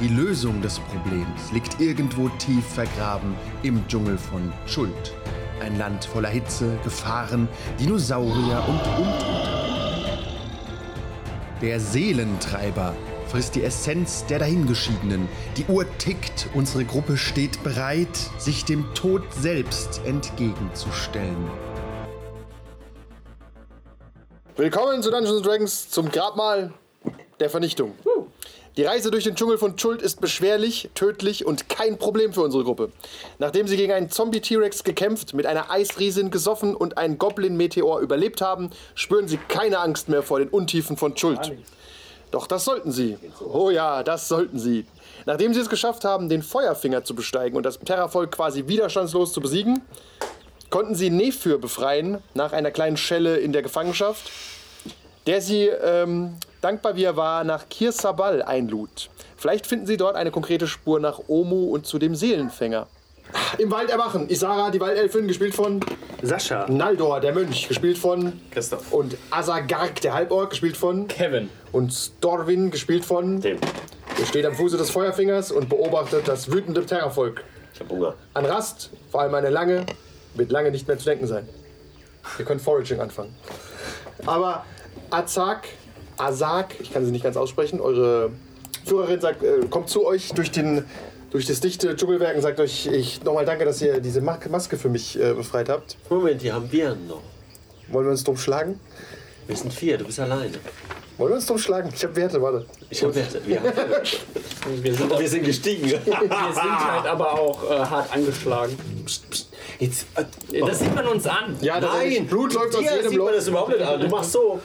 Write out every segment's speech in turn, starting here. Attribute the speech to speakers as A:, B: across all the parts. A: Die Lösung des Problems liegt irgendwo tief vergraben im Dschungel von Schuld. Ein Land voller Hitze, Gefahren, Dinosaurier und Untote. Der Seelentreiber frisst die Essenz der Dahingeschiedenen. Die Uhr tickt, unsere Gruppe steht bereit, sich dem Tod selbst entgegenzustellen.
B: Willkommen zu Dungeons Dragons zum Grabmal der Vernichtung. Die Reise durch den Dschungel von Schuld ist beschwerlich, tödlich und kein Problem für unsere Gruppe. Nachdem sie gegen einen Zombie-T-Rex gekämpft, mit einer Eisriesin gesoffen und einen Goblin-Meteor überlebt haben, spüren sie keine Angst mehr vor den Untiefen von Schuld. Doch das sollten sie. Oh ja, das sollten sie. Nachdem sie es geschafft haben, den Feuerfinger zu besteigen und das Terravolk quasi widerstandslos zu besiegen, konnten sie Nephir befreien nach einer kleinen Schelle in der Gefangenschaft, der sie ähm, dankbar wie er war nach Kir Sabal einlud. Vielleicht finden sie dort eine konkrete Spur nach Omu und zu dem Seelenfänger. Im Wald erwachen. Isara, die Waldelfin, gespielt von
C: Sascha.
B: Naldor, der Mönch, gespielt von
C: Christoph.
B: Und Asagark, der Halborg, gespielt von
C: Kevin.
B: und Storwin, gespielt von
D: Dem.
B: Er steht am Fuße des Feuerfingers und beobachtet das wütende Terravolk.
D: Ich hab Hunger.
B: An Rast, vor allem eine lange, wird lange nicht mehr zu denken sein. Wir können Foraging anfangen. Aber Azak, Azak, ich kann sie nicht ganz aussprechen, eure Führerin sagt, äh, kommt zu euch durch, den, durch das dichte Dschungelwerk und sagt euch, ich nochmal danke, dass ihr diese Mas- Maske für mich äh, befreit habt.
D: Moment, hier haben wir einen noch.
B: Wollen wir uns drum schlagen?
D: Wir sind vier, du bist alleine.
B: Wollen wir uns drum schlagen? Ich habe Werte, warte.
D: Ich hab Werte. Wir, haben- Oh,
C: Wir sind,
D: wir sind gestiegen.
C: wir sind halt aber auch äh, hart angeschlagen.
D: Psst, psst. Jetzt. Äh,
C: Das sieht man uns an.
B: Ja,
D: nein!
B: Blut läuft aus
D: Dir
B: jedem
D: sieht man
B: Loch.
D: das überhaupt nicht an. Du machst so.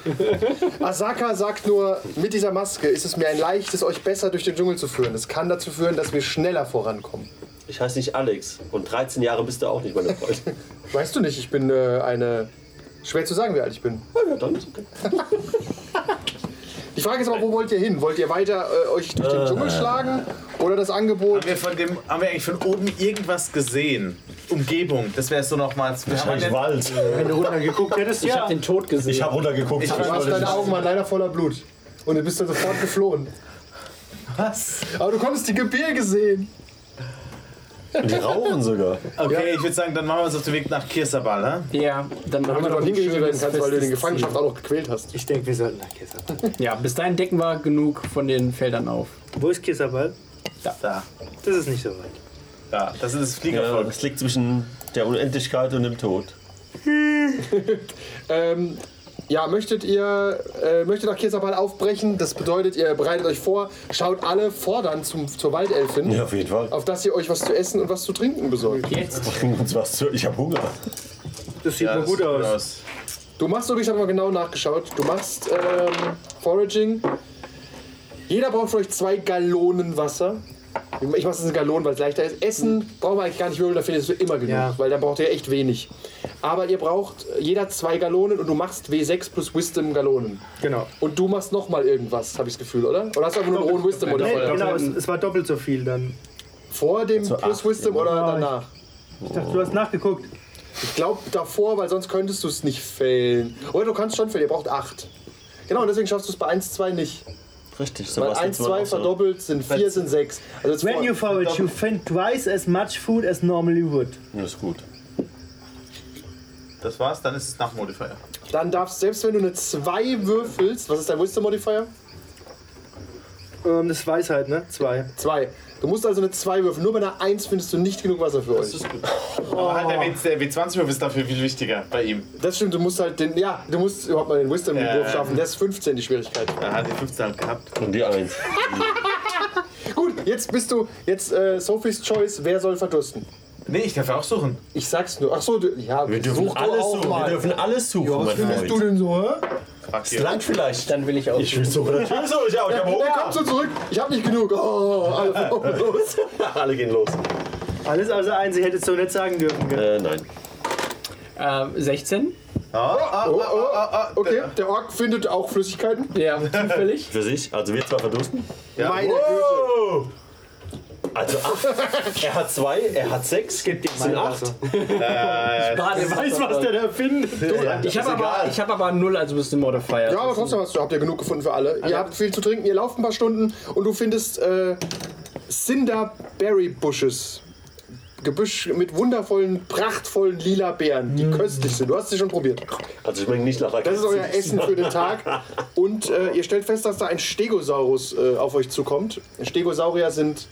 B: Asaka sagt nur, mit dieser Maske ist es mir ein leichtes, euch besser durch den Dschungel zu führen. Es kann dazu führen, dass wir schneller vorankommen.
D: Ich heiße nicht Alex. Und 13 Jahre bist du auch nicht, meine Freundin.
B: Weißt du nicht, ich bin äh, eine... Schwer zu sagen, wie alt ich bin.
D: Ja, dann ist okay.
B: Die Frage ist aber, wo wollt ihr hin? Wollt ihr weiter äh, euch durch den Dschungel schlagen? Oder das Angebot...
E: Haben wir, von dem, haben wir eigentlich von oben irgendwas gesehen? Umgebung, das wäre so nochmals.
F: Wahrscheinlich
E: wir haben
F: Wald.
C: Wenn du runtergeguckt hättest, ich hab den Tod gesehen.
F: Ich habe runtergeguckt.
B: Du hast deine Augen waren leider voller Blut. Und du bist dann sofort geflohen.
E: was?
B: Aber du konntest die Gebirge sehen.
F: Die rauchen sogar.
E: Okay, ich würde sagen, dann machen wir uns auf den Weg nach Kirsabal, hä?
C: Ja, dann haben wir doch ein schönes festes
B: auch noch gequält hast.
G: Ich denke, wir sollten nach Kirsabal.
C: Ziel. Ja, bis dahin decken wir genug von den Feldern auf.
G: Wo ist Kirsabal?
E: Da.
G: Das ist nicht so weit.
E: Da. Das ist das
F: Ja,
E: Fliegervolk.
F: es liegt zwischen der Unendlichkeit und dem Tod.
B: Ähm, ja, möchtet ihr äh, möchtet nach Kirsabal aufbrechen? Das bedeutet, ihr bereitet euch vor, schaut alle fordernd zum, zur Waldelfin,
F: Ja, auf jeden Fall.
B: auf dass ihr euch was zu essen und was zu trinken besorgt.
C: Jetzt.
F: Bring uns was zu. Ich habe Hunger.
G: Das sieht
E: Ja,
G: mal
E: das
G: gut
E: sieht
G: aus.
B: Du machst übrigens, ich habe mal genau nachgeschaut, du machst ähm, Foraging. Jeder braucht für euch zwei Gallonen Wasser. Ich mache es in Gallonen, weil es leichter ist. Essen brauchen wir eigentlich gar nicht würfeln, da findest du immer genug,
G: Ja.
B: weil da braucht ihr echt wenig. Aber ihr braucht äh, jeder zwei Gallonen und du machst W6 plus Wisdom Gallonen.
G: Genau.
B: Und du machst nochmal irgendwas, habe ich das Gefühl, oder? Oder hast du einfach nur einen hohen Wisdom oder
G: Nee,
B: vorher?
G: genau, es, es war doppelt so viel dann.
B: Vor dem
F: Also
B: Plus
F: acht,
B: Wisdom oder
G: Ja, ich-
B: danach?
G: Ich dachte, du hast nachgeguckt.
B: Ich glaube davor, weil sonst könntest du es nicht fällen. Oder du kannst schon fällen, ihr braucht 8. Genau, und deswegen schaffst du es bei 1, 2 nicht.
F: Richtig. So
B: Weil
F: was
B: 1,
F: jetzt mal
B: 2
F: auch so.
B: verdoppelt sind 4, sind 6. Also jetzt
G: When
B: vor-
G: you forage, you find twice as much food as normally would.
F: Ja, ist gut.
E: Das war's, dann ist es nach Modifier.
B: Dann darfst selbst wenn du eine 2 würfelst, was ist dein Wisdom Modifier?
G: Ähm, das ist Weisheit, ne? Zwei.
B: 2. Du musst also eine 2 würfeln. Nur bei einer 1 findest du nicht genug Wasser für euch. Das,
E: Aber halt der, W- der W20-Wurf ist dafür viel wichtiger bei ihm.
B: stimmt, du musst halt den. Ja, du musst überhaupt mal den Wisdom-Wurf
E: Ähm.
B: schaffen. Der ist 15 die Schwierigkeit.
E: Da hat die 15 halt gehabt.
F: Und die Eins.
B: Gut, jetzt bist du. Jetzt äh, Sophie's Choice, wer soll verdursten?
E: Nee, ich darf ja auch suchen.
B: Ich sag's nur. Ach so, du, ja,
F: Wir dürfen
B: such du
F: alles
B: auch
F: suchen.
B: mal.
F: Wir dürfen alles suchen, ja, mein
B: Findest du
F: Freund.
B: denn so, hä?
E: Fuck you.
F: Land vielleicht.
C: Dann will ich auch.
F: Ich will so. Natürlich so. Ich auch. Ich habe
B: Er kommt
F: Hunger.
B: so zurück. Ich hab nicht genug. Oh, alle los.
F: Alle gehen los.
H: Alles außer eins, ich hätte es so nicht sagen dürfen. gell?
D: Äh, nein.
I: Äh, 16?
B: Oh, oh, okay, der Ork findet auch Flüssigkeiten.
I: Ja, zufällig.
D: Für sich? Also wir zwei verdursten?
B: Meine Güte.
D: Also acht. er hat zwei, er hat sechs. Gibt dir sind acht.
I: Bade, weiß, was der da findet.
H: äh,
I: Ich habe aber, ich hab aber null, also bist du Modifier.
B: Ja, aber trotzdem hast du, habt ihr genug gefunden für alle. Ihr habt viel zu trinken, ihr lauft ein paar Stunden und du findest äh, Cinderberry Bushes. Gebüsch mit wundervollen, prachtvollen lila Beeren, die köstlich sind. Du hast sie schon probiert.
D: Also ich meine nicht nach
B: Das ist euer Essen für den Tag. Und äh, ihr stellt fest, dass da ein Stegosaurus äh, auf euch zukommt. Stegosaurier sind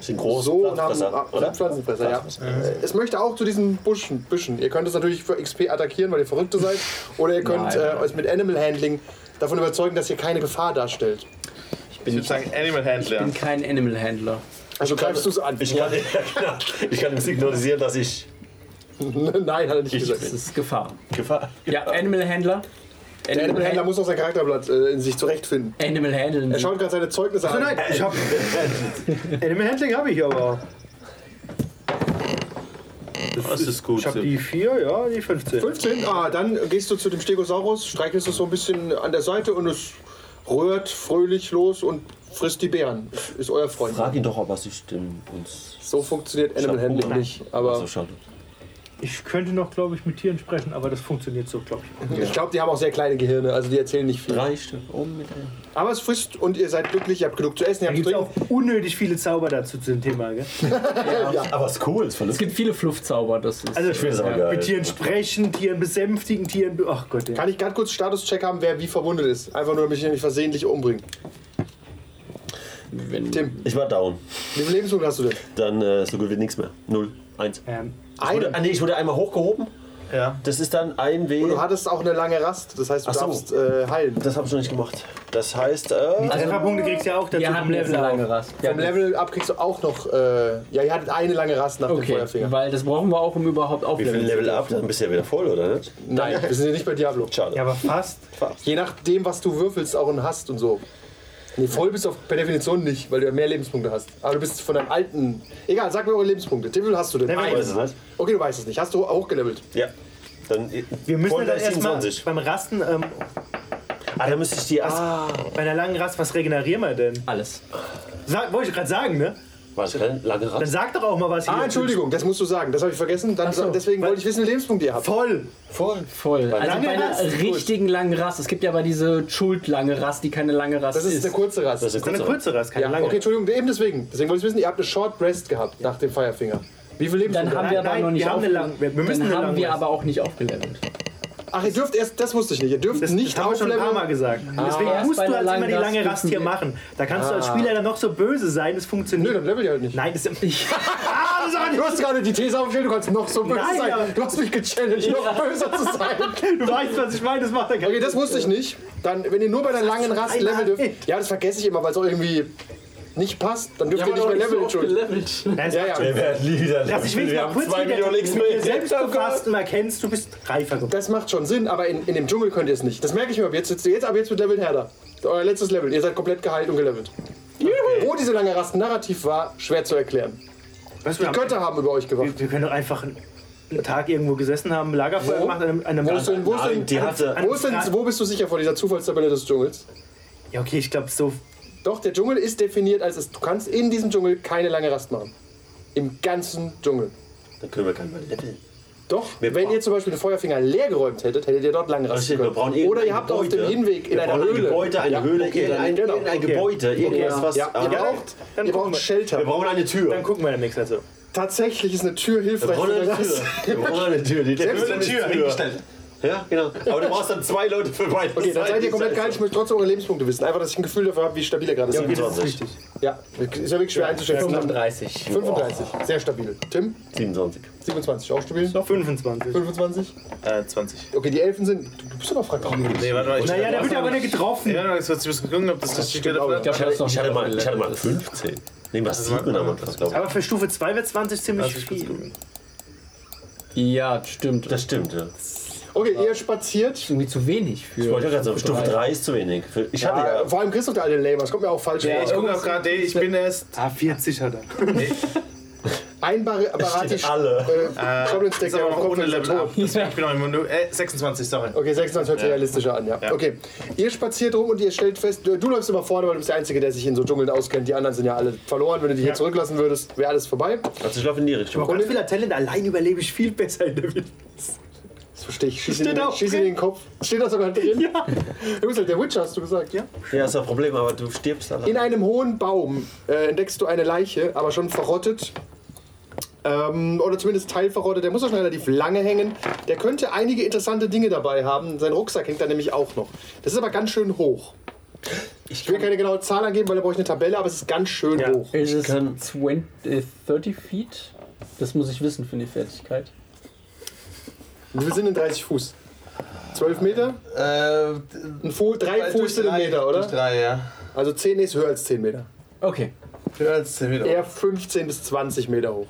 D: Sind groß.
B: so und haben
D: Pflanzenfresser,
B: ah,
D: oder?
B: sind Pflanzenfresser, ja. Äh, Es möchte auch zu diesen Buschen, Büschen. Ihr könnt es natürlich für XP attackieren, weil ihr Verrückte seid. Oder ihr könnt äh, euch mit Animal Handling davon überzeugen, dass ihr keine Gefahr darstellt.
E: Ich würde sagen Animal Handler.
I: bin kein Animal Handler.
B: Also greifst du es an?
D: Ich kann, genau. ich kann ihm signalisieren, dass ich
B: Nein, hat er nicht gesagt.
I: Das ist Gefahr.
D: Gefahr.
I: Ja, Animal Handler.
B: Der Animal Handler muss auch sein Charakterblatt äh, in sich zurechtfinden.
I: Animal Handling.
B: Er schaut gerade seine Zeugnisse an.
H: Nein, ich hab. Animal Handling habe ich aber.
E: Das ist gut.
H: Ich hab die 4, ja, die 15.
B: 15, ah, dann gehst du zu dem Stegosaurus, streichelst es so ein bisschen an der Seite und es röhrt fröhlich los und frisst die Beeren. Ist- Ist euer Freund.
D: Frag ihn doch, ob er sich denn uns.
B: So funktioniert Animal
D: hab
B: Handling
D: Hunger.
B: nicht. Aber
D: Also schade.
G: Ich könnte noch, glaube ich, mit Tieren sprechen, aber das funktioniert so, glaube ich.
B: ich glaube, die haben auch sehr kleine Gehirne, also die erzählen nicht viel.
D: Drei Stück oben um mit einem.
B: Aber es frisst und ihr seid glücklich, ihr habt genug zu essen, ihr
G: Da
B: habt zu
G: gibt es
B: trinken.
G: auch unnötig viele Zauber dazu zu dem Thema. Gell?
J: Aber ist cool, ist
I: es
J: verlustig.
I: gibt viele Fluffzauber, das ist.
G: Also
J: find's aber geil.
G: mit Tieren sprechen, Tieren besänftigen, Tieren. be- Ach Gott, ja.
B: Kann ich gerade kurz Statuscheck haben, wer wie verwundet ist? Einfach nur, damit ich ihn nicht versehentlich umbringe.
I: wenn,
B: Tim,
D: Ich war down.
B: wie viel Lebenspunkte hast du denn?
D: Dann äh, so gut wie nichts mehr. Null. Eins.
G: Ähm,
D: Ich wurde, ah, nee, ich wurde einmal hochgehoben.
E: Ja.
D: Das ist dann ein Weg.
B: Und du hattest auch eine lange Rast, das heißt, du
D: Ach so.
B: darfst äh, heilen.
D: Das habe ich noch nicht gemacht. Das heißt, äh,
G: also, Trefferpunkte kriegst du ja auch dazu.
I: wir haben
G: vom
I: Level
G: auf.
I: lange Rast. Ja,
B: Vom Level up kriegst du auch noch. Äh, ja, ihr hattet eine lange Rast nach dem
I: okay,
B: Feuerfinger.
I: weil das brauchen wir auch, um überhaupt
D: wie viel
I: aufleveln zu
D: Level up? Dann bist du ja wieder voll, oder nicht?
B: Nein, wir sind ja nicht bei Diablo.
D: Schade.
G: Ja, aber fast.
B: Je nachdem, was du würfelst, auch einen hast und so. Nee, voll bist du auf- per Definition nicht, weil du ja mehr Lebenspunkte hast. Aber du bist von deinem alten. Egal, sag mir eure Lebenspunkte. Wie viel hast du denn?
G: Level-
B: Eins.
D: Was?
B: Okay, du weißt es nicht. Hast du ho- hochgelevelt?
D: Ja. Dann,
G: Wir müssen ja dann erstmal
D: 27.
G: beim Rasten, ähm,
D: Ah, da müsste ich die. Ah,
G: bei der langen Rast, was regenerieren wir denn?
I: Alles.
G: Sag, wollte ich gerade sagen, ne?
D: war das keine lange
G: Dann
D: Rast?
G: sag doch auch mal was hier.
B: Ah, Entschuldigung, das musst du sagen. Das habe ich vergessen. Dann, Deswegen wollte ich wissen, wie viele Lebenspunkte ihr habt.
G: Voll.
B: Voll.
I: Voll. Also
G: lange
I: bei einer
G: Rast ist gut.
I: richtigen langen Rast. Es gibt ja aber diese schuldlange Rast, die keine lange Rast
B: Das ist eine kurze Rast.
D: Das ist eine
G: Eine
D: kurze.
G: kurze Rast, keine
B: ja,
G: lange.
B: okay, Entschuldigung, eben deswegen. Deswegen wollte ich wissen, ihr habt eine Short Rest gehabt nach dem Firefinger. Wie viele
I: Dann
B: Lebenspunkte?
I: haben wir aber
G: nein,
I: noch nicht
G: wir haben eine
I: aufge-
G: lange- wir- wir müssen
I: Dann
G: eine
I: haben
G: lange
I: wir
G: Rast.
I: aber auch nicht aufgelevelt.
B: Ach, ihr dürft erst, das wusste ich nicht. Ihr dürft
G: Das,
B: nicht
G: das haben wir schon ein paar Mal
B: aufleveln.
G: gesagt. Deswegen
I: Erst
G: musst
I: bei
G: du
I: der
G: halt immer
I: langen
G: die lange
I: Rast
G: Rast hier
I: müssen wir-
G: machen. Da kannst du als Spieler dann noch so böse sein, das
B: Ah. Nö,
G: funktioniert.
B: dann level ihr halt nicht.
G: Nein, das ist. ah, das ist auch
B: Du hast gerade die These aufgestellt, du kannst noch so böse
G: Nein, aber-
B: sein. Du hast mich gechallenged, noch böser zu sein.
G: Du weißt, was ich meine, das macht er gar
B: Okay, das wusste ich nicht. Dann, wenn ihr nur bei der langen Rast level dürft. Ja, das vergesse ich immer, weil es auch irgendwie nicht passt. Dann dürft ihr nicht mehr leveln. Entschuldigung.
I: gelevelt.
G: Das
B: Ja, ja.
J: Wir werden nie wieder
G: Dass ich
J: leveln.
G: wenigstens
J: Wir
G: mal
J: haben
G: kurz
J: zwei
G: wieder
J: Millionen
G: mit dir
J: XP.
G: selbst gefasst und erkennst, du bist reifer geworden.
B: Das macht schon Sinn, aber in, in dem Dschungel könnt ihr es nicht. Das merke ich mir ab jetzt. Jetzt, jetzt ab jetzt mit Leveln herder. Euer letztes Level. Ihr seid komplett geheilt und gelevelt. Wo diese lange Rast narrativ war, schwer zu erklären.
G: Weißt du, wir, haben,
B: Götter haben über euch gewacht.
G: wir, wir können doch einfach einen einen Tag irgendwo gesessen haben, ein Lagerfeuer
B: Wo?
G: gemacht an einem, an einem
B: Wo ist denn, wo ist
D: Nein,
B: denn,
D: die hatte.
B: wo, ist denn, wo bist du sicher vor dieser Zufallstabelle des Dschungels?
G: Ja, okay, ich glaube, so.
B: Doch, der Dschungel ist definiert als es. Du kannst in diesem Dschungel keine lange Rast machen. Im ganzen Dschungel.
D: Dann können wir keinen mehr leveln.
B: Doch,
D: Wir
B: wenn
D: brauchen-
B: ihr zum Beispiel den Feuerfinger leer geräumt hättet, hättet ihr dort lange rasten
D: Versteht,
B: können.
D: Also, wir brauchen
B: Oder ihr
D: irgendein
B: habt auf
D: Gebäude.
B: dem Hinweg in
D: Wir
B: einer
D: brauchen
B: Höhle.
D: Ein Gebäude, eine
B: ja,
D: Höhle,
B: okay,
D: irgendein,
B: genau.
D: irgendein
G: Okay.
D: Gebäude, irgendwas, was.
B: Ja, ihr
D: Ah,
B: braucht,
G: dann
B: ihr
G: gucken
B: braucht
G: wir.
D: wir
B: Shelter.
D: brauchen eine Tür.
G: Dann gucken wir demnächst also.
B: Tatsächlich ist eine Tür
D: wir
B: hilfreich.
D: brauchen
B: für
D: eine
B: das.
D: Tür. Wir brauchen eine Tür. Die
B: Selbst eine
D: Tür. hingestellt. Ja, genau. Aber du brauchst dann zwei Leute für beide.
B: Okay, dann seid ihr komplett geil. Ich möchte trotzdem eure Lebenspunkte wissen. Einfach, dass ich ein Gefühl dafür habe, wie stabil ihr gerade seid.
D: das ist richtig.
B: Ja, ist ja wirklich schwer einzuschätzen.
I: 35.
B: 35, sehr stabil. Tim,
D: 27.
B: 27, auch stabil.
G: 25.
B: 25.
E: Äh, 20.
B: Okay, die Elfen sind. Du bist aber fragil.
E: Nee, warte mal. Ich
G: Naja, da wird ja aber nicht getroffen.
E: Ja, jetzt muss ich gucken, ob das richtig geht.
B: stimmt
E: Das
I: Ich hab's noch
D: Ich hatte
I: nicht
D: mal, ich hatte mal
I: aufgelevelt.
D: 15. Nee, was sieht man am Anfang, glaube
G: Aber für Stufe 2 wird 20 ziemlich
E: ist
G: viel.
E: gut.
I: Ja, stimmt.
D: Das stimmt, ja.
B: Okay, ihr spaziert.
I: irgendwie zu wenig für.
D: Ich wollte gerade sagen, Stufe 3 ist zu wenig. Für- Ich hatte ja.
B: Äh, vor allem Christoph, der alte Lamer, das kommt mir auch falsch
E: Ich
B: vor.
E: gucke auch gerade, ich bin erst.
G: Ah, 40 hat er.
E: Nee.
B: Ein Bar Baratisch.
F: alle.
B: Äh, Goblin Stack,
E: Ist aber
B: der
E: noch
B: auf
E: ohne
B: Kopf ist
E: Level
B: tot.
E: Up. Deswegen, ich bin noch im Menü. Äh, 26, sorry.
B: Okay, 26 hört sich realistischer an, ja. Okay. Ihr spaziert rum und ihr stellt fest, du, du läufst immer vorne, weil du bist der Einzige, der sich in so Dschungeln auskennt. Die anderen sind ja alle verloren. Wenn du dich hier zurücklassen würdest, wäre alles vorbei.
D: Also ich laufe in die Richtung.
G: Ohne vieler Talent allein überlebe ich viel besser in der Welt.
B: Das verstehe ich. Schieß, in,
G: Steht
B: den,
G: auch
B: schieß in den Kopf. Steht da sogar drin? Ja. Du bist halt der Witcher, hast du gesagt. Ja.
D: Ja, ist ein Problem, aber du stirbst allein.
B: In einem hohen Baum äh, entdeckst du eine Leiche, aber schon verrottet. Ähm, oder zumindest teilverrottet. Der muss ja schon relativ lange hängen. Der könnte einige interessante Dinge dabei haben. Sein Rucksack hängt da nämlich auch noch. Das ist aber ganz schön hoch. Ich will keine genaue Zahl angeben, weil da brauche ich eine Tabelle, aber es ist ganz schön hoch.
I: Es ist
D: kann-
I: 20, äh, 30 Feet. Das muss ich wissen für eine Fertigkeit.
B: Wie viel sind denn 30 Fuß? 12 Meter?
E: Äh,
B: Ein Fuß, drei Fuß sind ein Meter, oder?
E: Drei, ja.
B: Also 10 ist höher als 10 Meter.
I: Okay.
E: Höher als 10 Meter.
B: Eher 15 bis 20 Meter hoch.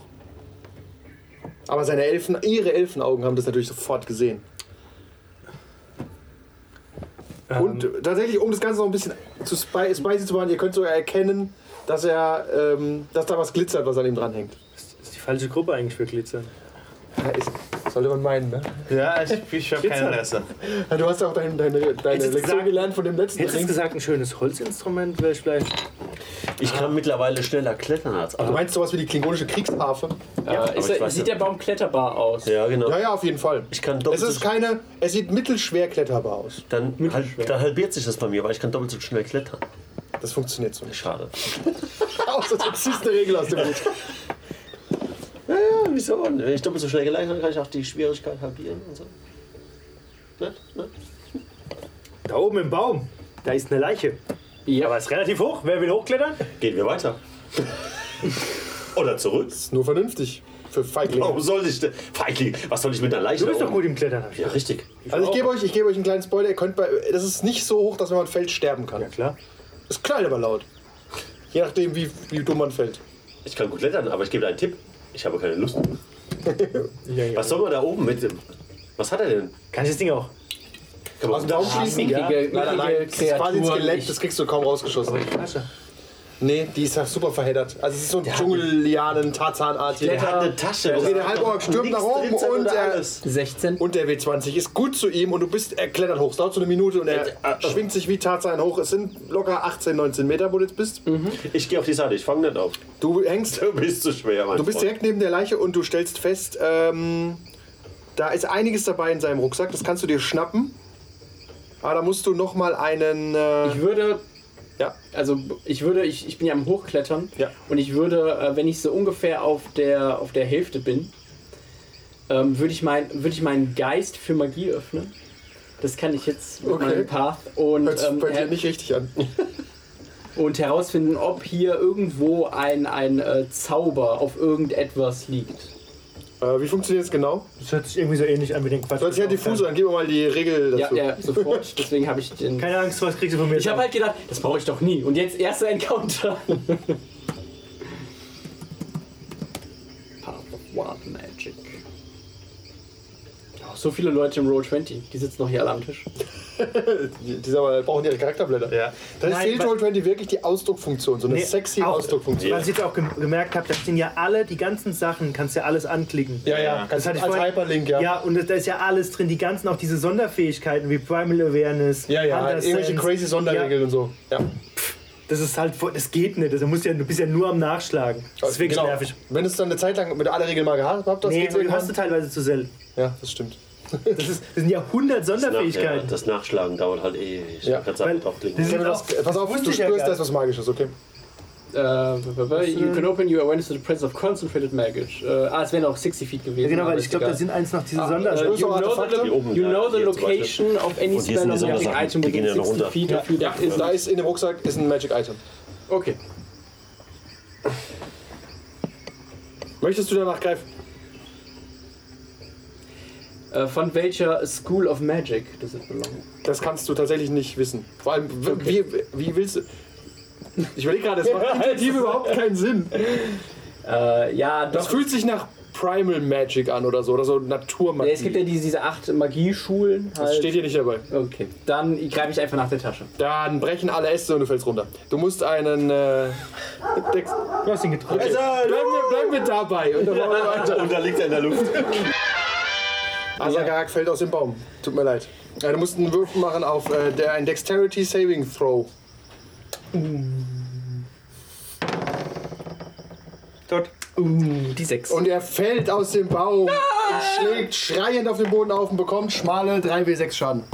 B: Aber seine Elfen, ihre Elfenaugen haben das natürlich sofort gesehen. Und tatsächlich, um das Ganze noch ein bisschen zu spi spicy zu machen, ihr könnt sogar erkennen, dass er, ähm, dass da was glitzert, was an ihm dranhängt.
G: Das ist die falsche Gruppe eigentlich für Glitzern.
B: Ja, ist- Sollte man meinen, ne?
E: Ja, ich, ich habe kein Interesse.
B: Ja, Du hast ja auch deine, deine, deine
G: Hättest
B: Lektion
G: gesagt-
B: gelernt von dem letzten
G: Hättest du
B: Ring.
G: gesagt, ein schönes Holzinstrument wäre ich vielleicht.
D: Ich kann mittlerweile schneller klettern als
B: Du
D: andere.
B: meinst sowas wie die klingonische Kriegsharfe?
I: Ja,
D: aber
I: Äh, ist
D: ich
I: er,
D: weiß
I: sieht
D: nicht.
I: der Baum kletterbar aus?
D: Ja, genau.
B: Ja, ja, auf jeden Fall.
D: Ich kann
B: es
D: doppelt
B: ist
D: so,
B: keine, es sieht mittelschwer kletterbar aus.
D: dann, hal- dann halbiert sich das bei mir, weil ich kann doppelt so schnell klettern.
B: Das funktioniert so nicht.
D: Schade.
B: Außer du ziehst eine Regel aus dem Hut.
D: Ja, Hm, wieso? Wenn ich doppelt so schnell gelangt habe, kann ich auch die Schwierigkeit halbieren und so. Ne? Ne?
G: Da oben im Baum, da ist eine Leiche.
I: Ja.
G: Aber ist relativ hoch. Wer will hochklettern?
D: Gehen wir weiter. Oder zurück.
B: Ist nur vernünftig für Feiglinge.
D: Warum soll ich denn? Feigling, was soll ich mit einer Leiche
G: Du bist
D: da
G: Oh, doch
D: oben?
G: gut im Klettern, hab ich.
D: Ja, richtig.
B: Also ich gebe euch, ich gebe euch einen kleinen Spoiler. Ihr könnt bei, das ist nicht so hoch, dass wenn man fällt sterben kann.
G: Klar.
B: Ist klein, aber laut. Je nachdem, wie, wie dumm man fällt.
D: Ich kann gut klettern, aber ich gebe dir einen Tipp. Ich habe keine Lust. Was soll man da oben mit dem. Was hat er denn?
G: Kann ich das Ding auch?
D: Kann man
B: Aus dem Daumen schießen? Ja.
I: mickige-
B: Leider nein.
I: mickige
B: Das ist quasi ein
I: Kreaturen.
B: Skelett, das kriegst du kaum rausgeschossen. Nee, die ist ja super verheddert. Also es ist so ein Dschungellianen, Tarzanart hier.
D: der hat eine Tasche.
B: Okay, der Halborg stürmt nach oben und er,
I: 16.
B: Und der W20 ist gut zu ihm und du bist, er klettert hoch. Es dauert so eine Minute und er schwingt sich wie Tarzan hoch. Es sind locker 18, 19 Meter, wo du jetzt bist.
G: Mhm.
D: Ich gehe auf die Seite, ich fange nicht auf.
B: Du hängst,
D: Du bist zu schwer, Mann.
B: du bist direkt neben der Leiche und du stellst fest, ähm, da ist einiges dabei in seinem Rucksack. Das kannst du dir schnappen. Aber da musst du nochmal einen. Äh,
I: Ich würde.
B: Ja.
I: Also ich würde, ich, ich bin ja am Hochklettern
B: Ja.
I: und ich würde, äh, wenn ich so ungefähr auf der, auf der Hälfte bin, ähm, würde ich, mein, würde ich meinen Geist für Magie öffnen. Das kann ich jetzt mit
B: Okay.
I: meinem Path und,
B: hört sich
I: ähm,
B: bei dir
I: her-
B: nicht richtig an.
I: und herausfinden, ob hier irgendwo ein, ein äh, Zauber auf irgendetwas liegt.
B: Äh, wie funktioniert es genau?
G: Das hört sich irgendwie so ähnlich an wie den Quatsch.
B: Das hört sich ja diffus an. Gib mir mal die Regel
I: Ja,
B: dazu.
I: ja, sofort. Deswegen habe ich den.
G: Keine Angst, was kriegst du von mir?
I: Ich habe halt gedacht, das brauche ich doch nie. Und jetzt erster Encounter. Path of Wild Magic. Ja, so viele Leute im Roll 20, die sitzen noch hier alle am Tisch.
B: Die, die sagen mal, brauchen ihre Charakterblätter.
E: Ja.
B: Dann
G: Nein,
B: fehlt
G: weil-
B: Roll20 wirklich die Ausdruckfunktion, so eine
G: Nee,
B: sexy
G: auch-
B: Ausdruckfunktion.
G: Was ich jetzt auch gem- gemerkt habe, da stehen ja alle, die ganzen Sachen, kannst ja alles anklicken.
B: Ja, ja,
G: Das hatte ich
B: als
G: vorhin-
B: Hyperlink, ja.
G: Ja, und da ist ja alles drin, die ganzen, auch diese Sonderfähigkeiten wie Primal Awareness.
B: Ja, ja,
G: Hunter
B: irgendwelche
G: Sense.
B: crazy Sonderregeln und so. Ja.
G: Ja, das ist halt, voll- das geht nicht, also musst du ja, du bist ja nur am Nachschlagen. Deswegen
B: Genau.
G: nervig.
B: Wenn es dann eine Zeit lang mit alle Regeln mal gehabt habt, das
G: Nee,
B: geht's
G: du hast du
B: irgendwann.
G: teilweise zu selten.
B: Ja, das stimmt.
G: Das, ist, das sind ja 100
D: Nach, ja,
G: Sonderfähigkeiten.
D: das Nachschlagen dauert halt ewig.
B: Ja,
D: Ich kann Sachen
G: weil-
D: draufklicken.
G: sind
B: Das,
G: auch-
B: pass auf,
G: wusste
B: du
G: ich ja
B: spürst,
G: gar
B: da ist was Magisches, okay?
I: Äh, you can open your awareness to the presence of concentrated magic. Äh, ah, es wären auch 60 Feet gewesen.
G: Ja, genau, weil
I: aber
G: ich
I: ist
G: glaube,
I: egal.
G: da sind eins noch
B: Ah,
G: diese
I: Äh,
G: Sondersachen.
I: you know the,
B: Artefakte?
I: lo-
D: Hier oben,
I: you
D: ja,
I: know the
D: hier zum
I: location of any
D: Und hier sind
I: spell
D: die
I: or magic
D: Sondersachen.
I: item
D: Die gehen
I: within
D: ja noch
I: 60
D: runter.
I: feet of you that is
B: Da ist in dem Rucksack ist ein Magic Item.
I: Okay.
B: Möchtest du danach greifen?
I: Äh, von welcher School of Magic does it belong?
B: Das kannst du tatsächlich nicht wissen. Vor allem, w- wie, wie willst du. Ich überlege gerade, es macht intuitiv überhaupt keinen Sinn.
I: Äh, ja,
B: Das
I: doch.
B: fühlt sich nach Primal Magic an oder so, oder so Naturmagie.
I: Ja, es gibt ja diese, diese acht Magieschulen.
B: das
I: Halt.
B: steht hier nicht dabei.
I: Okay, dann greife ich einfach nach der Tasche.
B: Dann brechen alle Äste und du fällst runter. Du musst einen. Äh, Dex
K: Du hast ihn getroffen.
B: okay. bleiben, wir, bleiben wir dabei. Und dann machen wir weiter.
F: Und da liegt er in der Luft.
B: Asagarak Also, fällt aus dem Baum. Tut mir leid. Ja, du musst einen Wurf machen auf äh, der, ein Dexterity Saving Throw.
G: Tot.
B: Mm,
I: Die sechs.
B: Und er fällt aus dem Baum, und schlägt schreiend auf den Boden auf und bekommt schmale 3W6 Schaden.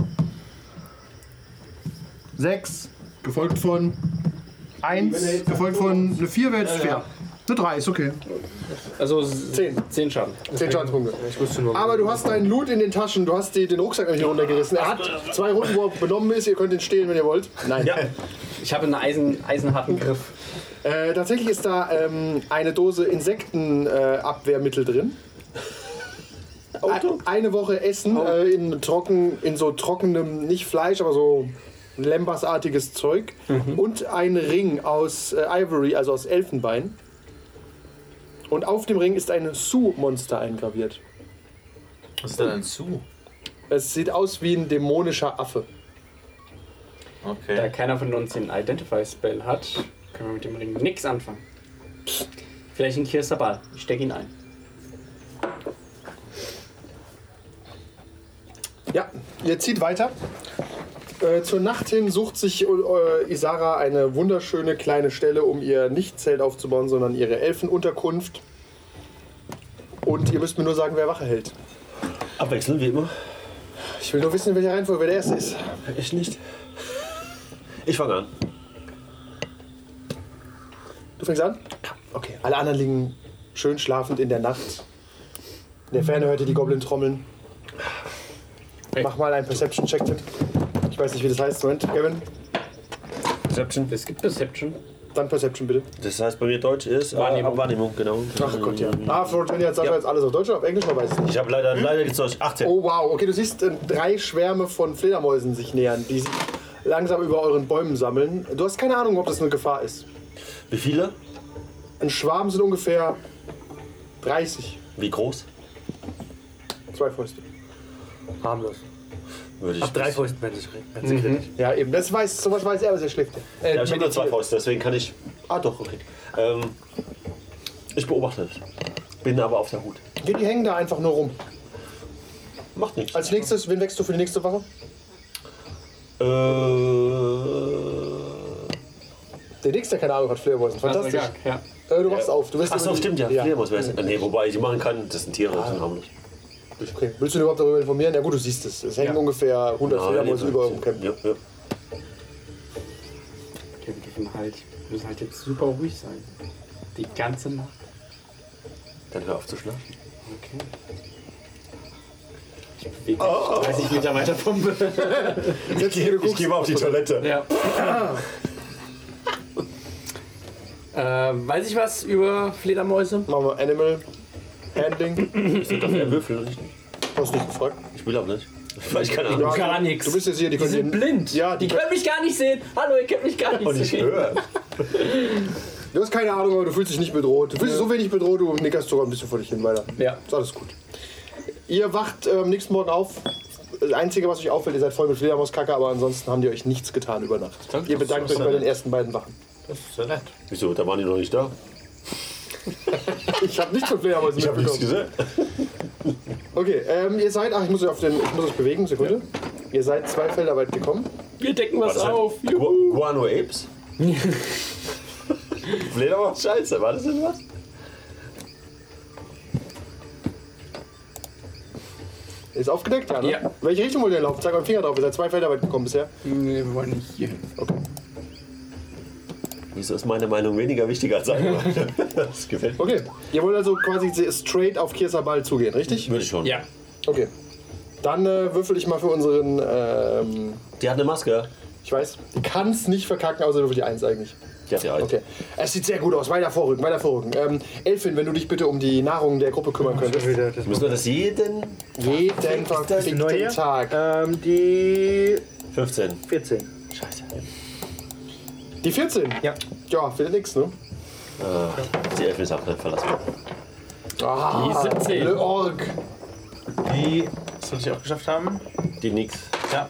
B: 6, gefolgt von 1, gefolgt von eine 4 wäre jetzt schwer. Eine 3 ist okay.
I: also
B: 10.
I: zehn Schaden.
B: 10 Schadenspunkte. Aber du hast deinen Loot in den Taschen, du hast die, den Rucksack nämlich runtergerissen. Er hat zwei Runden, wo er benommen ist, ihr könnt ihn stehlen, wenn ihr wollt. Nein.
I: Ich habe einen Eisen, eisenharten Griff.
B: Äh, tatsächlich ist da ähm, eine Dose Insektenabwehrmittel äh, Abwehrmittel drin. Ein- Eine Woche Essen äh, in, trocken, in so trockenem, nicht Fleisch, aber so Lembasartiges Zeug. Und ein Ring aus äh, Ivory, also aus Elfenbein. Und auf dem Ring ist ein Su-Monster eingraviert.
E: Was ist denn ein Zu?
B: Es sieht aus wie ein dämonischer Affe.
I: Da
E: Okay.
I: keiner von uns den Identify-Spell hat, können wir mit dem Ring nichts anfangen. Vielleicht ein Kirster Ball. Ich stecke ihn ein.
B: Ja, ihr zieht weiter. Äh, zur Nacht hin sucht sich äh, Isara eine wunderschöne kleine Stelle, um ihr nicht Zelt aufzubauen, sondern ihre Elfenunterkunft. Und ihr müsst mir nur sagen, wer Wache hält.
D: Abwechseln, wie immer.
B: Ich will nur wissen, in welcher Reihenfolge wer der Erste ist.
D: Ich nicht. Ich fange an.
B: Du fängst an? Okay. Alle anderen liegen schön schlafend in der Nacht. In der Ferne hört ihr die Goblin trommeln. Mach mal einen Perception-Check. bitte. Ich weiß nicht, wie das heißt. Moment, Kevin.
D: Perception.
I: Es gibt Perception.
B: Dann Perception bitte.
D: Das heißt bei mir Deutsch ist äh,
I: Wahrnehmung.
D: Wahrnehmung. Wahrnehmung, genau.
B: Ach Gott, ja. Ah, Florian hat jetzt alles auf Deutsch oder auf Englisch, man weiß es nicht.
D: Ich habe leider, leider gezeugt. 18.
B: Oh wow, okay, du siehst äh, drei Schwärme von Fledermäusen sich nähern, die sich langsam über euren Bäumen sammeln. Du hast keine Ahnung, ob das eine Gefahr ist.
D: Wie viele?
B: Ein Schwarm sind ungefähr 30,
D: Wie groß?
B: zwei Fäuste.
G: Harmlos.
D: Würde ich.
G: Ab drei Fäusten wenn ich reden.
E: Mhm.
G: Wenn sie kritisch.
B: Ja, eben, das weiß, sowas weiß er, aber er schläft. ja. Äh,
D: Ja, ich habe nur zwei Fäuste, deswegen kann ich. Ah, doch, okay. Ähm, ich beobachte es. Bin aber auf der Hut.
B: die, die hängen da einfach nur rum.
D: Macht nichts.
B: Als nächstes, wen wächst du für die nächste Woche?
D: äh.
B: Der nächste, der keine Ahnung hat, Fledermäusen. Fantastisch.
I: Also, ja, ja.
B: Äh, du wachst auf. Du wirst
D: Achso,
B: über die-
D: stimmt, ja.
B: ja. Ah,
D: Fledermaus wäre es. Nee, wobei, die machen kann. Das sind Tiere, das sind harmlos.
B: Okay. Willst du dich überhaupt darüber informieren? Ja gut, du siehst es. Es hängen ungefähr 100 Fledermäuse
D: die-
B: über eurem Camp.
D: Ja, ja.
I: Okay, wir dürfen halt, wir müssen halt jetzt super ruhig sein. Die ganze Nacht.
D: Dann hör auf zu schlafen.
I: Okay. Ich bewege mich 30 Meter weiter vom.
B: Jetzt, hier, du
F: Ich
B: guckst,
F: gehe mal auf die Toilette.
I: ja. äh, weiß ich was über Fledermäuse?
B: machen wir Animal Handling.
D: Er würfelt nicht.
B: Hast du nicht gefragt?
D: Äh, Ich will auch nicht. Weil ich keine Ahnung
B: Ja,
I: Gar
B: du-
I: nix.
B: Du bist jetzt hier, die,
I: Die
B: können
I: sind
B: den-
I: blind.
B: Ja,
I: die
B: die,
I: können mich gar nicht sehen. Hallo, ihr könnt mich gar nicht sehen.
B: du hast keine Ahnung, aber du fühlst dich nicht bedroht. Du fühlst dich so wenig bedroht, du nickerst sogar ein bisschen vor dich hin weiter.
I: Ja.
B: Ist alles gut. Ihr wacht äh, am nächsten Morgen auf. Das Einzige, was euch auffällt, ihr seid voll mit Fledermauskacke, aber ansonsten haben die euch nichts getan über Nacht. ihr bedankt euch bei den ersten beiden Wachen.
D: Wieso? Da waren die noch nicht da.
B: Ich habe nichts von Fledermäusen
D: Ich hab nichts
B: mitbekommen.
D: gesehen.
B: Okay, ähm, ihr seid, ach, ich muss euch auf den, ich muss euch bewegen, Sekunde. Ihr seid zwei Felder weit gekommen.
I: Wir decken
D: War
I: was
D: das halt
I: auf.
D: Gu Guano Apes? Fledermaus Scheiße, war das denn was?
B: Ist aufgedeckt, ja, ne?
I: Ja.
B: Welche Richtung wollt ihr laufen? Zeig euren Finger drauf, ihr seid zwei Felder weit gekommen bisher.
I: Nee, wir wollen nicht hier hin.
D: Wieso ist meine Meinung weniger wichtig als seine? das gefällt mir.
B: Okay, ihr wollt also quasi straight auf Kirsabal zugehen, richtig?
D: Würde ich schon.
I: Ja.
B: Okay. Dann äh, würfel ich mal für unseren. Ähm,
D: Die hat eine Maske.
B: ich weiß, kann es nicht verkacken, außer würfel die 1 eigentlich.
D: Die hat die alte.
B: Okay. Es sieht sehr gut aus. Weiter vorrücken, weiter vorrücken. Ähm, Elfin, wenn du dich bitte um die Nahrung der Gruppe kümmern könntest.
G: Wieder das
D: Müssen wir das jeden?
B: Jeden
G: neue?
B: verfickten Tag.
G: Ähm, die
D: 15.
G: 14.
D: Scheiße.
B: Die 14?
G: Ja.
B: Ja, wieder nix, ne?
D: Die Elfen ist auch nicht verlassen.
B: Ah,
C: Die 17.
B: Le Org.
E: Die sollte ich auch geschafft haben.
D: Die nix.
E: Ja,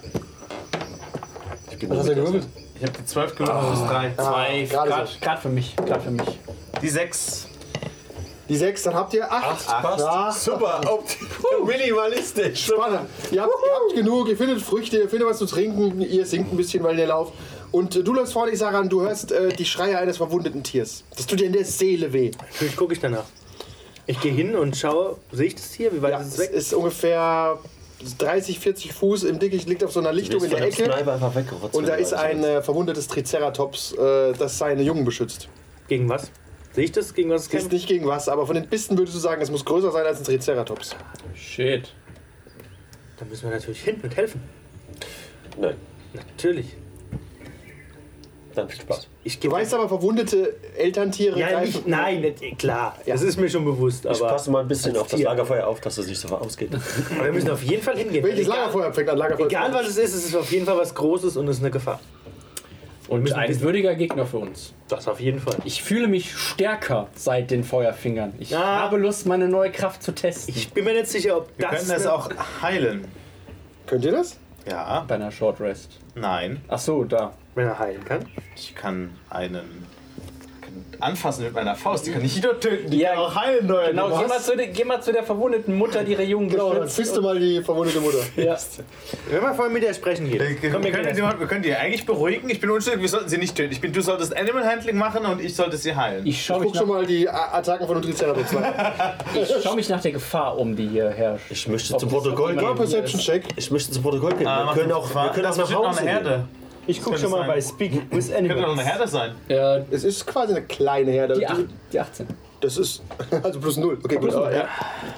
D: Ich bin
B: Was hast du gewürfelt?
E: ich habe die 12 gelungen plus 3.
B: Ah, gerade so.
I: Gerade für mich, gerade für mich.
E: Die 6.
B: Die 6, dann habt ihr 8.
F: Passt. Super. Opti- Minimalistisch.
B: Spannend. Ihr habt, ihr habt genug, ihr findet Früchte, ihr findet was zu trinken, ihr singt ein bisschen, weil ihr lauft. Und äh, du läufst vorne, ich sage an, du hörst äh, die Schreie eines verwundeten Tiers. Das tut dir in der Seele weh.
G: Natürlich gucke ich danach. Ich gehe hin und schaue, sehe ich das hier? Wie weit
B: Ja,
G: ist
B: es
G: es weg?
B: ist ungefähr 30, 40 Fuß im Dickicht, liegt auf so einer Lichtung in der Ecke.
D: einfach weggerotzt.
B: Und da ist ein äh, verwundetes Triceratops, äh, das seine Jungen beschützt.
G: Gegen was? Sehe ich das? Gegen was es
B: Das ist
G: kämpft?
B: nicht gegen was, aber von den Bissen würdest du sagen, es muss größer sein als ein Triceratops.
I: Shit.
G: Da müssen wir natürlich hin und helfen.
D: Nein,
G: Natürlich.
D: dann viel Spaß.
G: Ich
B: Du weißt aber, verwundete Elterntiere
G: ja, nicht, nein, nicht- klar. Das ist mir schon bewusst,
D: Ich
G: aber
D: passe mal ein bisschen auf das
G: Tier.
D: Lagerfeuer auf, dass es nicht so ausgeht.
G: wir müssen auf jeden Fall hingehen.
B: Welches
G: Egal-
B: Lagerfeuer fängt an? Lagerfeuer.
G: Egal was es ist, es ist auf jeden Fall was Großes und es ist eine Gefahr.
I: Und
G: müssen
I: ein
G: wissen-
I: würdiger Gegner für uns.
G: Das auf jeden Fall.
I: Ich fühle mich stärker seit den Feuerfingern. Ich
G: Ja.
I: habe Lust, meine neue Kraft zu testen.
G: Ich bin mir nicht sicher, ob
E: Wir
G: das.
E: können das
G: eine-
E: auch heilen.
B: Könnt ihr das?
E: Ja,
I: bei einer Short Rest.
E: nein.
I: Ach so, da.
G: Wenn er heilen kann.
E: Ich kann einen kann anfassen mit meiner Faust. Die kann ich nur töten. Die
I: Ja,
E: kann auch heilen, neuer.
I: Genau, geh mal, zu der, geh mal zu der verwundeten Mutter, die ihre Jungen
B: Genau, dann
I: beschützt.
B: fisst du mal die verwundete Mutter.
I: Ja.
G: Wenn wir vorher mit ihr sprechen
E: Wir
G: gehen.
E: können, wir,
G: Komm, wir gehen
E: können
G: erst-
E: die, wir können die eigentlich beruhigen. Ich bin unschuldig, wir sollten sie nicht töten. Ich bin, du solltest Animal Handling machen und ich sollte sie heilen.
I: Ich schaue mich,
B: Guck
I: nach,
B: schon mal die A- Attacken von einem Triceratops an.
I: ich schau mich nach der Gefahr um, die hier herrscht.
D: Ich möchte
I: Ob
D: zum
I: das
D: Protokoll
I: noch
B: Mal
D: geben.
I: jemand-
B: Perception Check.
D: Ich möchte zum Protokoll geben.
E: Ah,
D: Wir
E: mach
D: können
E: die
D: auch, wir
E: Gefahr-
D: können auch
E: Das
D: nach
E: wird noch
D: Hause
E: eine
D: gehen.
E: Herde.
G: Ich guck
E: Könnte
G: schon mal
E: sein.
G: bei Speak with
E: Könnte doch eine
G: Animals.
E: Herde sein.
I: Äh,
B: Es ist quasi eine kleine Herde.
I: die, acht, die 18.
B: Das ist also plus null. Okay, gut. aber, ja.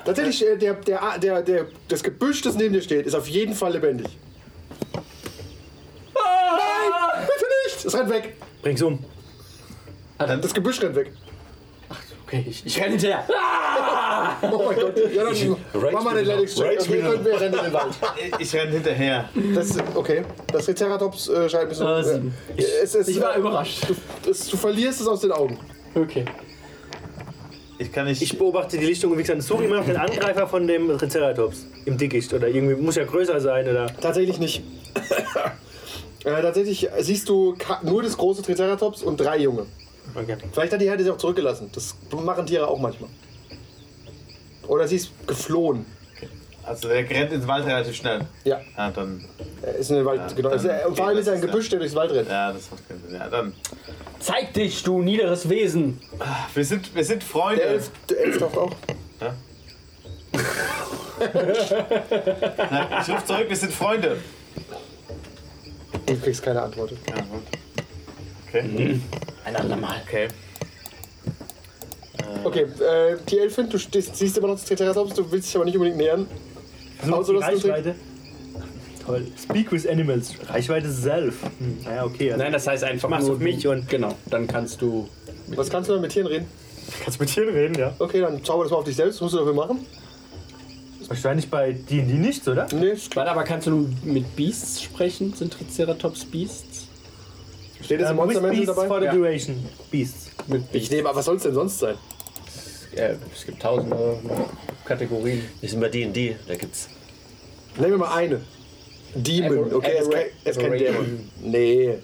B: Tatsächlich, äh, der, der, der, der, das Gebüsch, das neben dir steht, ist auf jeden Fall lebendig.
I: Ah!
B: Nein, bitte nicht! Es rennt weg.
G: Bring's um.
B: Das Gebüsch rennt weg.
I: Okay, ich, ich renne hinterher.
B: Oh mein Gott. Ja, dann
D: Rage
B: mach mal den
D: wieder.
B: Athletics Check.
D: Rage
B: Okay,
D: wieder.
B: können wir rennen in den Wald.
E: Ich renne hinterher.
B: Das, okay. Das Triceratops äh, scheint ein bisschen...
I: Ah, sieben.
B: äh, es, es,
I: Ich war überrascht.
B: es, du verlierst es aus den Augen.
I: Okay.
E: Ich kann nicht.
G: Ich beobachte die Lichtung und wie gesagt, suche immer noch den Angreifer von dem Triceratops im Dickicht oder irgendwie muss ja größer sein oder.
B: Tatsächlich nicht. äh, tatsächlich siehst du ka- nur das große Triceratops und drei Junge.
G: Okay.
B: Vielleicht hat die Herde sich auch zurückgelassen. Das machen Tiere auch manchmal. Oder sie ist geflohen.
E: also der rennt ins Wald relativ schnell.
B: Ja,
E: Ja, dann.
B: er ist in den Wald.
E: Ja,
B: genau.
E: dann
B: Ist er, und vor allem
E: geht
B: ist er ein
E: das,
B: Gebüsch, der durchs Wald rennt.
E: Ja, das macht keinen Sinn. Ja, dann.
I: Zeig dich, du niederes Wesen.
E: Wir sind, wir sind Freunde.
B: Der Elf, der Elf taucht auch.
E: Ich ruf zurück, wir sind Freunde.
B: Du kriegst keine Antwort.
E: Ja, gut. Okay.
I: Ein andermal.
E: Okay.
B: Okay, äh, die Elfin, du stehst, siehst immer noch das Triceratops, du willst dich aber nicht unbedingt nähern.
G: Also,
B: Außer, dass du einen Trick-
G: Reichweite. Toll. Speak with Animals. Reichweite self. Hm. Naja, okay. Also
I: Nein, das heißt einfach
G: Mach's
I: nur
G: auf mich
I: du-
G: und-
I: Genau, dann kannst du...
B: Was kannst du denn mit Tieren reden?
G: kannst mit Tieren reden, ja.
B: Okay, dann zauber das mal auf dich selbst. Was musst du dafür machen?
G: Wahrscheinlich bei D&D nichts, oder?
B: Nee, ist klar.
I: Warte, aber kannst du nur mit Beasts sprechen? Sind Triceratops Beasts?
B: Steht jetzt ein
G: Ähm, with
B: Monster Manual
G: Beasts for
B: dabei?
G: the duration. Beasts.
I: Mit
B: Ich nehme, aber was soll es denn sonst sein?
I: Äh, es gibt tausende Kategorien.
D: Wir sind bei D&D, da gibt's...
B: Nehmen wir mal eine. Demon.
I: Aberra-
B: Okay, es ist kein- es ist kein Dämon. Nee.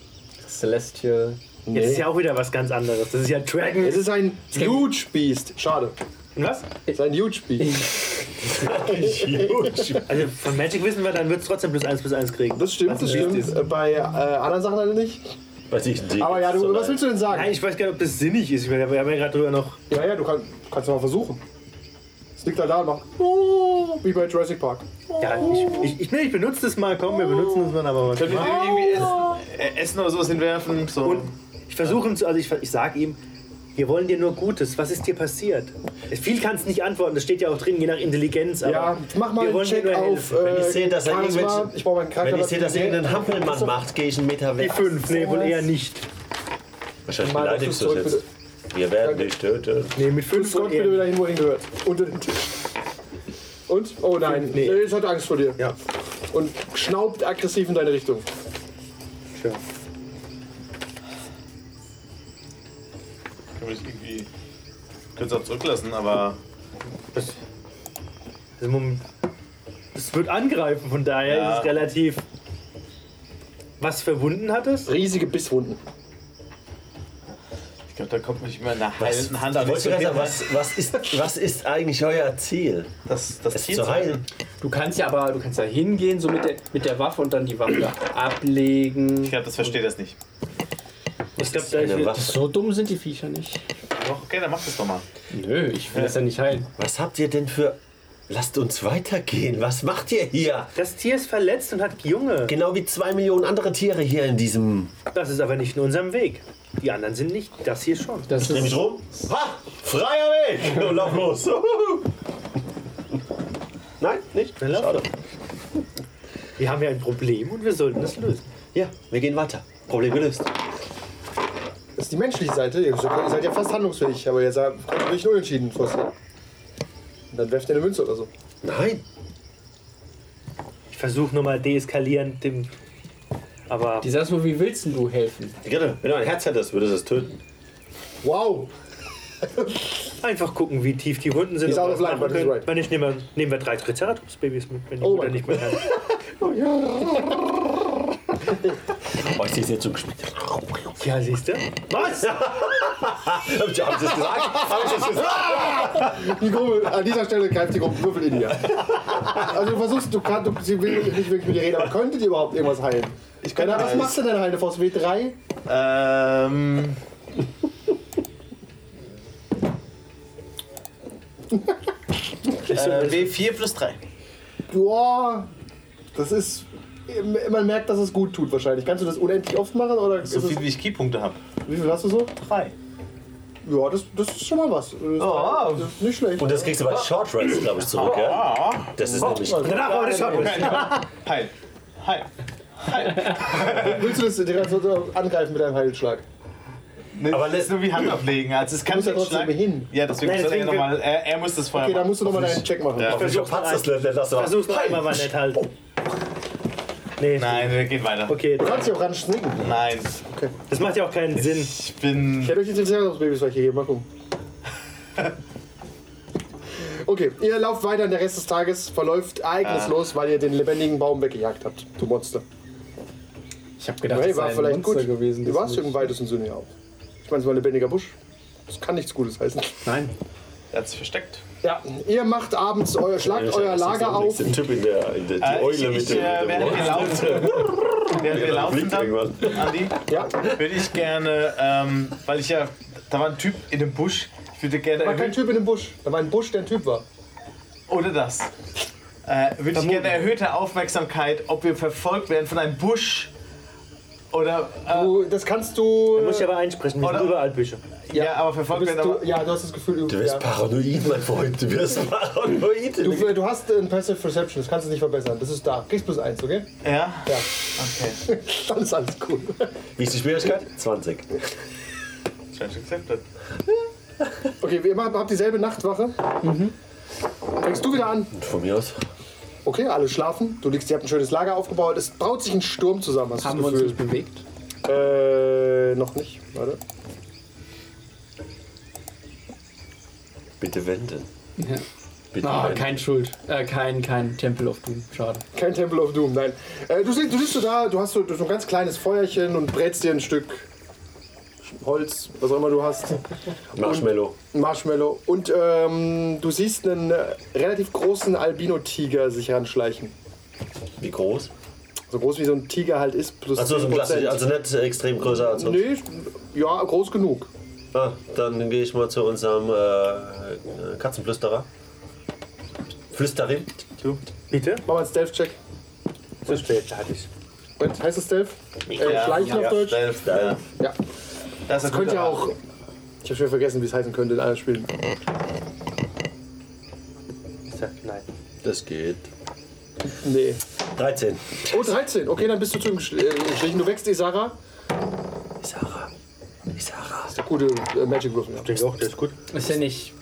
I: Celestial.
B: nee.
G: Jetzt ist ja auch wieder was ganz anderes. Das ist ja Dragon.
B: Es ist ein Huge Beast. Schade.
G: Und was?
B: Es ist ein Huge Beast.
G: Also von Magic wissen wir, dann wird es trotzdem plus 1 plus 1 kriegen.
B: Das stimmt, das stimmt. Äh, Bei äh, anderen Sachen leider nicht.
D: Bei D&D
B: Aber ja, du, was willst du denn
G: Nein,
B: sagen?
G: ich weiß gar nicht, ob das sinnig ist. Ich meine, wir haben ja gerade drüber noch.
B: Ja, ja, du kann, kannst mal versuchen. Es liegt halt da und macht. Oh, wie bei Jurassic Park.
G: Ja, ich, ich, ich, nee, ich benutze das mal. Komm, wir benutzen das mal, aber
E: Können wir
G: was.
E: irgendwie Essen, äh, Essen oder sowas hinwerfen? So.
G: Oh. Und ich versuche ihm zu, also ich, ich sage ihm, wir wollen dir nur Gutes. Was ist dir passiert? Viel kannst nicht antworten. Das steht ja auch drin, je nach Intelligenz. Aber
B: Ja, mach mal
G: wir
B: einen
G: wollen dir
B: Check
G: nur
B: auf.
G: helfen.
B: Äh,
D: Wenn ich sehe, dass er
B: Charisma.
D: irgendwelche-
B: Ich brauche meinen Charakter.
D: Wenn ich sehe, dass irgendein Hampelmann macht, gehe ich einen Meter weg.
G: Die 5, nee, wohl eher nicht.
D: Wahrscheinlich
B: Mal
D: beleidigst du
B: zurück,
D: es jetzt. Wir werden dich töten.
G: Nee, mit
B: Fünf
G: 5
B: Gott
G: wohl
B: bitte
G: eher
B: wieder hin, wo er hingehört. Unter den Tisch. äh, Und? Oh nein,
G: Nee.
B: nee. es hat Angst vor dir.
G: Ja.
B: Und schnaubt aggressiv in deine Richtung.
G: Sure.
E: Können wir das irgendwie. Können es auch zurücklassen, aber.
G: Das, also Moment, es wird angreifen, von daher ist es relativ. Was für Wunden hat es?
B: Riesige Bisswunden.
E: Ich glaube, da kommt man nicht mehr in der halben Hand an.
D: Wolltest du gerade sagen, was, was, ist, was ist eigentlich euer Ziel?
E: das, das
D: Es
E: Ziel
D: zu heilen.
I: Du kannst ja aber, du kannst ja hingehen, so mit der, mit der Waffe und dann die Waffe da ablegen.
E: Ich glaube, das versteht das nicht.
G: Ich glaube, da
D: Eine
G: ich
D: Waffe.
I: So dumm sind die Viecher nicht.
E: Doch, okay, dann mach das doch mal.
I: Nö, ich will das ja nicht heilen.
D: Was habt ihr denn für. Lasst uns weitergehen. Was macht ihr hier?
G: Das Tier ist verletzt und hat Junge.
D: Genau wie zwei Millionen andere Tiere hier in diesem.
G: Das ist aber nicht in unserem Weg. Die anderen sind nicht. Das hier schon.
I: Das ist,
D: rum. Ha! Freier Weg! Und lauf los.
L: Nein, nicht?
G: Dann lauf.
L: Schade.
G: Wir haben ja ein Problem und wir sollten es lösen.
D: Ja, wir gehen weiter. Problem gelöst.
B: Das ist die menschliche Seite. Ihr seid ja fast handlungsfähig, aber ihr seid könnt nicht unentschieden forcieren. Und dann werft ihr eine Münze oder so.
D: Nein,
G: Ich versuche nochmal deeskalierend dem. Aber
I: die sagst nur, wie willst denn du helfen?
L: Genau, wenn du ein Herz hättest, würdest du es töten.
B: Wow!
G: einfach gucken, wie tief die Wunden sind.
B: He's out
G: ob wir
B: of
G: das
B: line,
G: machen
B: but he's
G: können.
B: right.
G: Wenn ich nehme, nehmen wir drei Triceratops-Babys mit, wenn die
B: Oh
G: Mutter
B: mein
G: nicht mehr kann.
D: Boah, ich sehe es jetzt so gespielt.
G: Ja, siehst du? Was?
D: Haben Sie es gesagt?
B: Die Gruppe, an dieser Stelle greift die Gruppe Würfel in dir. Also du versuchst, du kannst, du, sie will nicht wirklich mit dir reden, aber könntet ihr überhaupt irgendwas heilen? Ich kann Was machst du denn heilen, Faust? W3?
E: Ähm. äh, W4 plus 3.
B: Boah, oh, das ist... Man merkt, dass es gut tut wahrscheinlich. Kannst du das unendlich oft machen? Oder ist
E: So
B: es,
E: viel wie ich Keypunkte habe.
B: wie viel hast du so?
E: Drei.
B: Ja, das, das ist schon mal was. Das,
E: Ah.
B: das ist nicht schlecht.
D: Und das kriegst du bei Short Rest, glaube ich, zurück, ja? Das ist nämlich.
G: Danach war das schon.
E: Heil. Heil.
B: Willst du das direkt so- so angreifen mit einem Heilschlag?
E: Nee,
D: Aber
E: aber lässt Ne, nur wie Hand ablegen. Also es kann
B: musst ja
E: nicht
B: trotzdem
E: schlagen.
B: hin.
E: Ja, deswegen
G: Nein,
E: muss er
G: deswegen-
E: nochmal. Er, er muss das vorher
B: Okay, da
E: machen.
B: musst du nochmal deinen Check machen.
E: Ja.
D: Ich verpatze das, lass- lass doch.
G: Versuch's noch einmal, weil nicht halt.
B: Oh.
G: Nee.
E: Nein, wir gehen weiter.
G: Okay,
B: Du kannst dich auch ran schnicken.
E: Nein.
G: das macht ja auch keinen Sinn.
E: Ich bin.
B: Ich hätte euch jetzt den Babys welche gegeben, mal gucken. Okay, ihr lauft weiter und der Rest des Tages verläuft ereignislos, weil ihr den lebendigen Baum weggejagt habt, du Monster.
I: Ich habe gedacht,
B: Ray
I: das
B: war
I: sei ein
B: vielleicht
I: Monster
B: gut.
I: gewesen.
B: du
I: das
B: warst
I: nicht-
B: im weitesten Sinne ja auch. Ich meine, es war ein lebendiger Busch. Das kann nichts Gutes heißen.
I: Nein.
E: Er hat sich versteckt.
B: Ja, ihr macht abends, euer, schlagt euer Lager auf.
D: Der Typ in der, in der die
E: Äh, ich
D: Eule
E: ich
D: mit
E: äh,
D: dem.
E: während wir laufen. während wir laufen
D: fliegt
E: dann,
D: irgendwann.
E: Andi,
B: Ja.
E: würde ich gerne, ähm, weil ich ja. Da war ein Typ in dem Busch. Ich würde gerne.
B: Da war kein
E: Erhöht,
B: Typ in dem Busch. Da war ein Busch, der ein Typ war.
E: ohne das. Äh, würde ich gerne erhöhte Aufmerksamkeit, ob wir verfolgt werden von einem Busch. Oder. Äh,
B: Du, das kannst du.
G: Muss ich aber einsprechen, wir
E: Oder-
G: sind überall Büsche.
E: ja, aber verfolgt
B: bist
E: werden.
B: du
E: Aber,
B: ja, du hast das Gefühl,
D: Du
B: du,
D: wirst
B: ja.
D: paranoid, mein Freund. Du wirst paranoid.
B: du, du hast einen Passive Perception, das kannst du nicht verbessern. Das ist da. Kriegst plus eins, okay?
E: ja?
B: Ja.
E: Okay.
B: Dann ist alles cool.
D: Wie ist die Schwierigkeit? 20.
E: Challenge accepted.
B: Okay, wir machen- habt dieselbe Nachtwache. Fängst du wieder an?
D: Von mir aus.
B: Okay, alle schlafen. Du liegst, ihr habt ein schönes Lager aufgebaut. Es braut sich ein Sturm zusammen, hast
I: Haben
B: du
I: wir
B: das
I: uns nicht
B: Gefühl?
I: bewegt?
B: Äh, noch nicht. Warte.
D: Bitte wenden.
I: Ja.
D: Bitte
I: Ah,
D: wenden.
I: kein Schuld. Äh, kein, kein Tempel of Doom. Schade.
B: Kein Temple of Doom, nein. Äh, du, siehst, du sitzt so da, du hast so, so ein ganz kleines Feuerchen und brätst dir ein Stück Holz, was auch immer du hast.
D: Marshmallow.
B: Marshmallow. Und ähm, du siehst einen äh, relativ großen Albino-Tiger sich heranschleichen.
D: Wie groß?
B: So groß wie so ein Tiger halt ist, plus
D: Achso, so ein also
B: 10%.
D: klassisch. Also nicht extrem größer als sonst.
B: Nee, ja, groß genug.
D: Ah, dann gehe ich mal zu unserem äh, äh, Katzenflüsterer. Flüsterin.
G: Bitte?
B: Mach mal einen Stealth-Check.
G: Zu spät, da hatte ich.
B: Was heißt das Stealth? Äh,
E: Ja,
B: Schleichen auf Deutsch?
E: Stealth, ja.
D: Äh,
B: Ja.
E: Das, ist ein
B: Könnte
E: guter
B: ja auch. Ich habe schon vergessen, wie es heißen könnte in allen Spielen.
G: Ich sag nein.
D: Das geht.
B: Nee.
D: 13.
B: Oh, 13. Okay, dann bist du zu ihm geschl- äh, geschlichen. Du wächst Isara.
D: Isara. Isara.
B: Gute äh, Magic-Würfel.
G: Ich denke auch, der ist gut.
I: Ist ja nicht.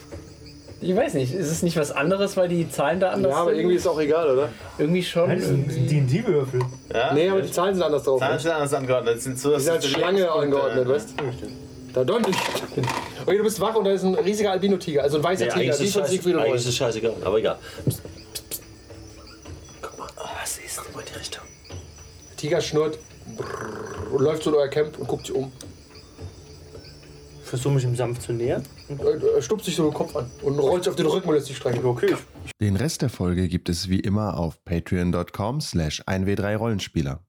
I: Ich weiß nicht, ist es nicht was anderes, weil die Zahlen da anders
B: Ja, aber
I: sind?
B: irgendwie ist auch egal, oder?
I: irgendwie schon.
M: Das sind D&D-Würfel.
E: Ja?
B: Nee, aber die Zahlen sind anders drauf.
E: Zahlen sind anders angeordnet. Sind so, dass
B: Die sind als
E: du die
B: Schlange
E: Ex-Punkte-
B: angeordnet, weißt du? Da deutlich. Okay, du bist wach und da ist ein riesiger Albino-Tiger, also ein weißer
D: Nee,
B: Tiger.
D: eigentlich,
B: Wie
D: ist
B: von
D: scheiß,
B: Siegfried und
D: eigentlich ist
B: Roy.
D: es scheißegal, aber egal. Psst, psst, psst. Guck mal, oh, was ist? Guck mal in die Richtung.
B: Tiger schnurrt und läuft zu euer Camp und guckt sich um.
G: Versuche mich im Sampf zu nähern.
B: Er Äh, stupst sich so den Kopf an und rollt sich auf den Rücken und lässt sich streicheln.
G: Okay.
N: Den Rest der Folge gibt es wie immer auf patreon.com slash 1w3rollenspieler.